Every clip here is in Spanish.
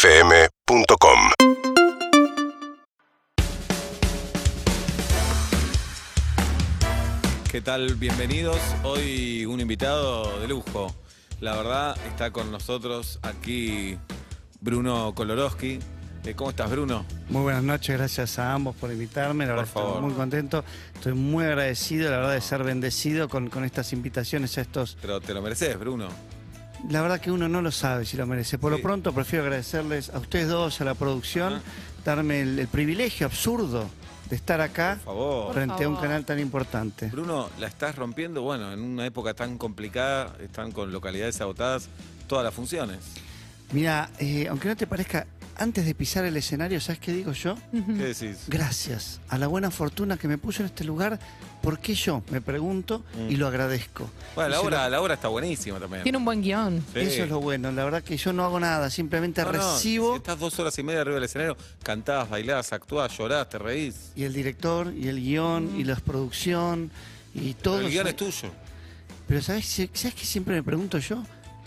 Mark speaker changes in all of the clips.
Speaker 1: UrbanaPlayFM.com
Speaker 2: ¿Qué tal? Bienvenidos. Hoy un invitado de lujo. La verdad, está con nosotros aquí Bruno Kolorowski. Eh, ¿Cómo estás, Bruno?
Speaker 3: Muy buenas noches, gracias a ambos por invitarme. La
Speaker 2: Por
Speaker 3: verdad
Speaker 2: favor.
Speaker 3: estoy muy contento, estoy muy agradecido, la verdad, de ser bendecido con, con estas invitaciones a estos.
Speaker 2: Pero te lo mereces, Bruno.
Speaker 3: La verdad que uno no lo sabe si lo merece. Por
Speaker 2: Sí.
Speaker 3: lo pronto prefiero agradecerles a ustedes dos, a la producción,
Speaker 2: Ajá.
Speaker 3: darme el, el privilegio absurdo de estar acá
Speaker 2: Por favor.
Speaker 3: frente a un
Speaker 4: favor.
Speaker 3: canal tan importante.
Speaker 2: Bruno, la estás rompiendo, bueno, en una época tan complicada, están con localidades agotadas todas las funciones.
Speaker 3: Mira, eh, aunque no te parezca, antes de pisar el escenario, ¿sabes qué digo yo?
Speaker 2: ¿Qué decís?
Speaker 3: Gracias a la buena fortuna que me puso en este lugar, ¿por qué yo? Me pregunto
Speaker 2: Mm.
Speaker 3: y lo agradezco.
Speaker 2: Bueno,
Speaker 3: Y
Speaker 2: la
Speaker 3: se lo
Speaker 2: obra, la obra está buenísima también.
Speaker 4: Tiene un buen guión.
Speaker 2: Sí.
Speaker 3: Eso es lo bueno, la verdad que yo no hago nada, simplemente
Speaker 2: No, no,
Speaker 3: recibo
Speaker 2: si estás dos horas y media arriba del escenario, cantás, bailás, actuás, llorás, te reís.
Speaker 3: y el director y el guión y la producción y todo.
Speaker 2: el guión
Speaker 3: eso.
Speaker 2: es tuyo.
Speaker 3: Pero ¿sabes, si- ¿sabes que siempre me pregunto yo?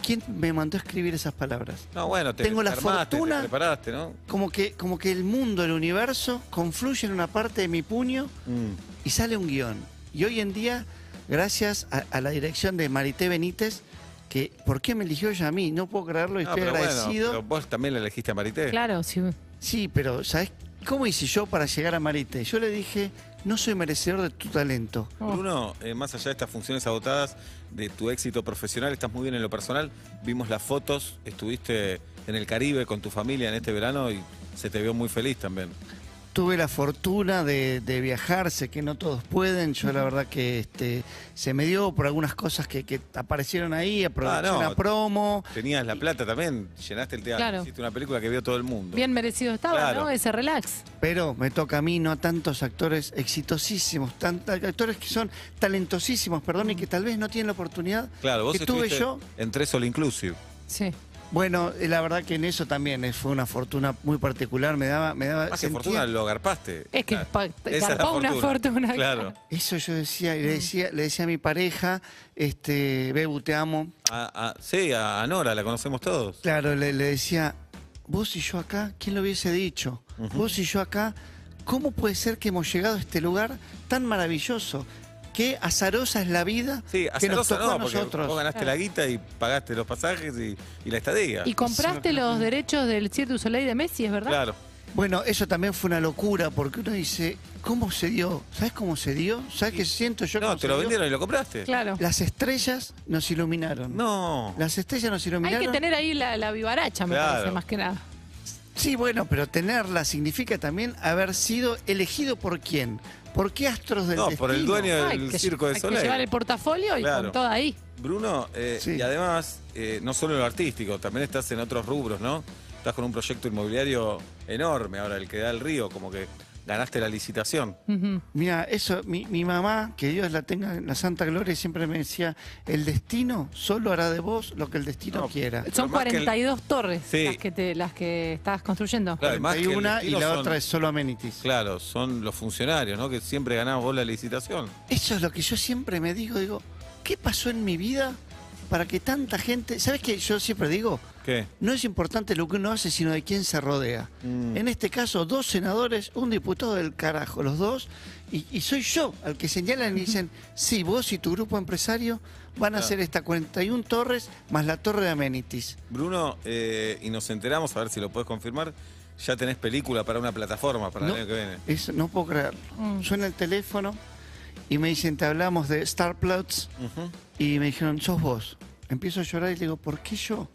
Speaker 3: ¿Quién me mandó a escribir esas palabras?
Speaker 2: No, bueno, te,
Speaker 3: Tengo la
Speaker 2: te armaste,
Speaker 3: fortuna.
Speaker 2: te preparaste, ¿no?
Speaker 3: Como que, como que el mundo, el universo, confluye en una parte de mi puño
Speaker 2: Mm.
Speaker 3: y sale un guión. Y hoy en día, gracias a, a la dirección de Marité Benítez, que ¿por qué me eligió ella a mí? No puedo creerlo y
Speaker 2: Ah,
Speaker 3: estoy
Speaker 2: pero bueno,
Speaker 3: agradecido.
Speaker 2: pero vos también la elegiste a Marité.
Speaker 4: Claro, sí.
Speaker 3: Sí, pero ¿sabes cómo hice yo para llegar a Marite? Yo le dije, no soy merecedor de tu talento.
Speaker 4: Oh,
Speaker 2: Bruno, eh, más allá de estas funciones agotadas, de tu éxito profesional, estás muy bien en lo personal. Vimos las fotos, estuviste en el Caribe con tu familia en este verano y se te vio muy feliz también.
Speaker 3: Tuve la fortuna de, de viajar, sé que no todos pueden. Yo la verdad que este, se me dio por algunas cosas que, que aparecieron ahí, aproveché
Speaker 2: Ah, no.
Speaker 3: una promo.
Speaker 2: Tenías la plata también, llenaste el teatro,
Speaker 4: Claro.
Speaker 2: hiciste una película que vio todo el mundo.
Speaker 4: Bien merecido estaba,
Speaker 2: Claro.
Speaker 4: ¿no? Ese relax.
Speaker 3: Pero me toca a mí, no a tantos actores exitosísimos, tan- actores que son talentosísimos, perdón, y que tal vez no tienen la oportunidad
Speaker 2: Claro, vos
Speaker 3: que tuve
Speaker 2: estuviste
Speaker 3: yo.
Speaker 2: en tres All Inclusive.
Speaker 4: Sí.
Speaker 3: Bueno, eh, la verdad que en eso también eh, fue una fortuna muy particular. Me daba, me daba.
Speaker 2: Más que
Speaker 3: sentía-
Speaker 2: fortuna, lo garpaste.
Speaker 4: Es que
Speaker 2: Ah,
Speaker 4: pa-
Speaker 2: esa es la
Speaker 4: garpó una fortuna.
Speaker 2: Claro.
Speaker 3: Eso yo decía,
Speaker 2: Mm.
Speaker 3: y le decía, le decía a mi pareja, este, Bebu, te amo.
Speaker 2: A- a- sí, a Nora, la conocemos todos.
Speaker 3: Claro, le, le decía, vos y yo acá, ¿quién lo hubiese dicho? Vos y yo acá, ¿cómo puede ser que hemos llegado a este lugar tan maravilloso? Qué azarosa es la vida
Speaker 2: Sí,
Speaker 3: que nos
Speaker 2: azarosa
Speaker 3: tocó
Speaker 2: no,
Speaker 3: a
Speaker 2: porque
Speaker 3: nosotros.
Speaker 2: vos ganaste la guita y pagaste los pasajes y, y la estadía.
Speaker 4: Y compraste los derechos del Cirque du Soleil de Messi, ¿es verdad?
Speaker 2: Claro.
Speaker 3: Bueno, eso también fue una locura, porque uno dice, ¿cómo se dio? ¿Sabes cómo se dio? ¿Sabes qué siento yo?
Speaker 2: No,
Speaker 3: cómo
Speaker 2: te
Speaker 3: se
Speaker 2: lo
Speaker 3: dio?
Speaker 2: vendieron y lo compraste.
Speaker 4: Claro.
Speaker 3: Las estrellas nos iluminaron.
Speaker 2: No.
Speaker 3: Las estrellas nos
Speaker 4: Hay
Speaker 3: iluminaron.
Speaker 4: que tener ahí la, la vivaracha, me
Speaker 2: Claro.
Speaker 4: parece, más que nada.
Speaker 3: Sí, bueno, pero tenerla significa también haber sido elegido por quién. ¿Por qué astros del
Speaker 2: No,
Speaker 3: destino?
Speaker 2: por el dueño
Speaker 4: Hay
Speaker 2: del
Speaker 4: que-
Speaker 2: circo de
Speaker 4: hay que llevar el
Speaker 2: Soleil.
Speaker 4: portafolio y
Speaker 2: Claro.
Speaker 4: con todo ahí.
Speaker 2: Bruno, eh,
Speaker 3: Sí.
Speaker 2: y además, eh, no solo en lo artístico, también estás en otros rubros, ¿no? Estás con un proyecto inmobiliario enorme ahora, el que da el río, como que ganaste la licitación.
Speaker 4: Ujú.
Speaker 3: Mira, eso, mi, mi mamá, que Dios la tenga en la santa gloria, siempre me decía, el destino solo hará de vos lo que el destino
Speaker 2: No,
Speaker 3: quiera.
Speaker 4: Son
Speaker 2: más que el-
Speaker 4: 42 torres
Speaker 2: Sí.
Speaker 4: las que, te, las que estás construyendo.
Speaker 2: Claro, más
Speaker 3: Hay
Speaker 2: que el
Speaker 3: una y
Speaker 2: destino
Speaker 3: la
Speaker 2: son-
Speaker 3: otra es solo amenities.
Speaker 2: Claro, son los funcionarios, ¿no? Que siempre ganabas vos la licitación.
Speaker 3: Eso es lo que yo siempre me digo, digo, ¿qué pasó en mi vida para que tanta gente... ¿Sabes qué? Yo siempre digo,
Speaker 2: ¿Qué?
Speaker 3: no es importante lo que uno hace, sino de quién se rodea.
Speaker 2: Mm.
Speaker 3: En este caso, dos senadores, un diputado del carajo, los dos, y, y soy yo al que señalan y dicen, sí, vos y tu grupo empresario van a hacer esta 41 torres más la torre de amenities.
Speaker 2: Bruno, eh, y nos enteramos, a ver si lo puedes confirmar, ya tenés película para una plataforma para
Speaker 3: No.
Speaker 2: el año que viene.
Speaker 3: Eso no puedo creerlo.
Speaker 4: Mm.
Speaker 3: Suena el teléfono y me dicen, te hablamos de Star Plots,
Speaker 2: Ujú.
Speaker 3: y me dijeron, sos vos. Empiezo a llorar y le digo, ¿por qué yo?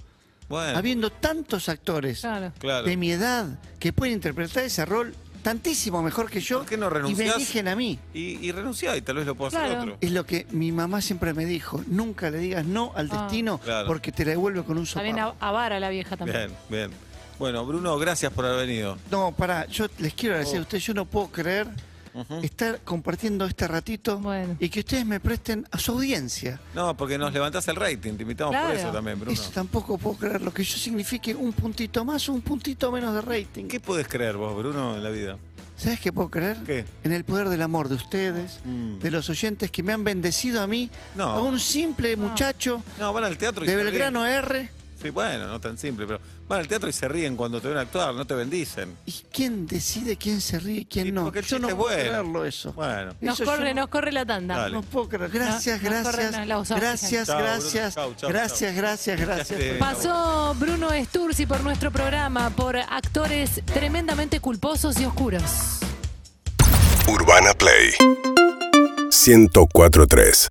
Speaker 2: Bueno,
Speaker 3: Habiendo tantos actores
Speaker 4: Claro.
Speaker 2: Eh. claro.
Speaker 3: de mi edad que pueden interpretar ese rol tantísimo mejor que yo,
Speaker 2: ¿Por qué no
Speaker 3: y me
Speaker 2: renunciás?
Speaker 3: eligen a mí.
Speaker 2: Y, y renunciá y tal vez lo pueda hacer
Speaker 4: Claro.
Speaker 2: otro.
Speaker 3: Es lo que mi mamá siempre me dijo, nunca le digas no al
Speaker 4: Ah.
Speaker 3: destino
Speaker 2: Claro.
Speaker 3: porque te la devuelve con un
Speaker 4: También
Speaker 3: sopapo.
Speaker 4: a- avara la vieja también.
Speaker 2: Bien, bien. Bueno, Bruno, gracias por haber venido.
Speaker 4: ah.
Speaker 3: No, pará, yo les quiero agradecer
Speaker 2: Oh. ¿Mm?
Speaker 3: a ustedes, yo no puedo creer
Speaker 2: Ujú.
Speaker 3: estar compartiendo este ratito
Speaker 4: Bueno.
Speaker 3: y que ustedes me presten a su audiencia.
Speaker 2: No, porque nos levantás el rating, te invitamos por
Speaker 4: Claro.
Speaker 2: eso también, Bruno.
Speaker 3: Eso tampoco puedo creer, lo que yo signifique un puntito más o un puntito menos de rating.
Speaker 2: ¿Qué podés creer vos, Bruno, en la vida?
Speaker 3: ¿Sabes qué puedo creer?
Speaker 2: ¿Qué?
Speaker 3: En el poder del amor de ustedes,
Speaker 2: Mm.
Speaker 3: de los oyentes que me han bendecido a mí,
Speaker 2: No.
Speaker 3: a un simple muchacho
Speaker 2: No, van al teatro y
Speaker 3: de
Speaker 2: se ríen.
Speaker 3: Belgrano R,
Speaker 2: simple, bueno, no tan simple, pero van al teatro y se ríen cuando te ven actuar, no te bendicen.
Speaker 3: ¿Y quién decide quién se ríe y quién
Speaker 2: Y
Speaker 3: no?
Speaker 2: porque el
Speaker 3: Yo no
Speaker 2: chiste es
Speaker 3: puedo
Speaker 2: bueno.
Speaker 3: creerlo eso.
Speaker 2: Bueno,
Speaker 4: Nos
Speaker 3: Eso yo
Speaker 4: corre,
Speaker 3: no-
Speaker 4: nos corre la tanda.
Speaker 2: Dale.
Speaker 3: No puedo creer. Gracias,
Speaker 4: Ah, No, no corren
Speaker 3: gracias.
Speaker 4: las lausas,
Speaker 3: gracias,
Speaker 2: Chao, Bruno.
Speaker 3: gracias.
Speaker 2: Chau, chau, Este,
Speaker 3: gracias, gracias, gracias,
Speaker 2: Sí.
Speaker 4: Pasó Bruno Sturzi por nuestro programa, por actores tremendamente culposos y oscuros.
Speaker 1: Urbana Play 1043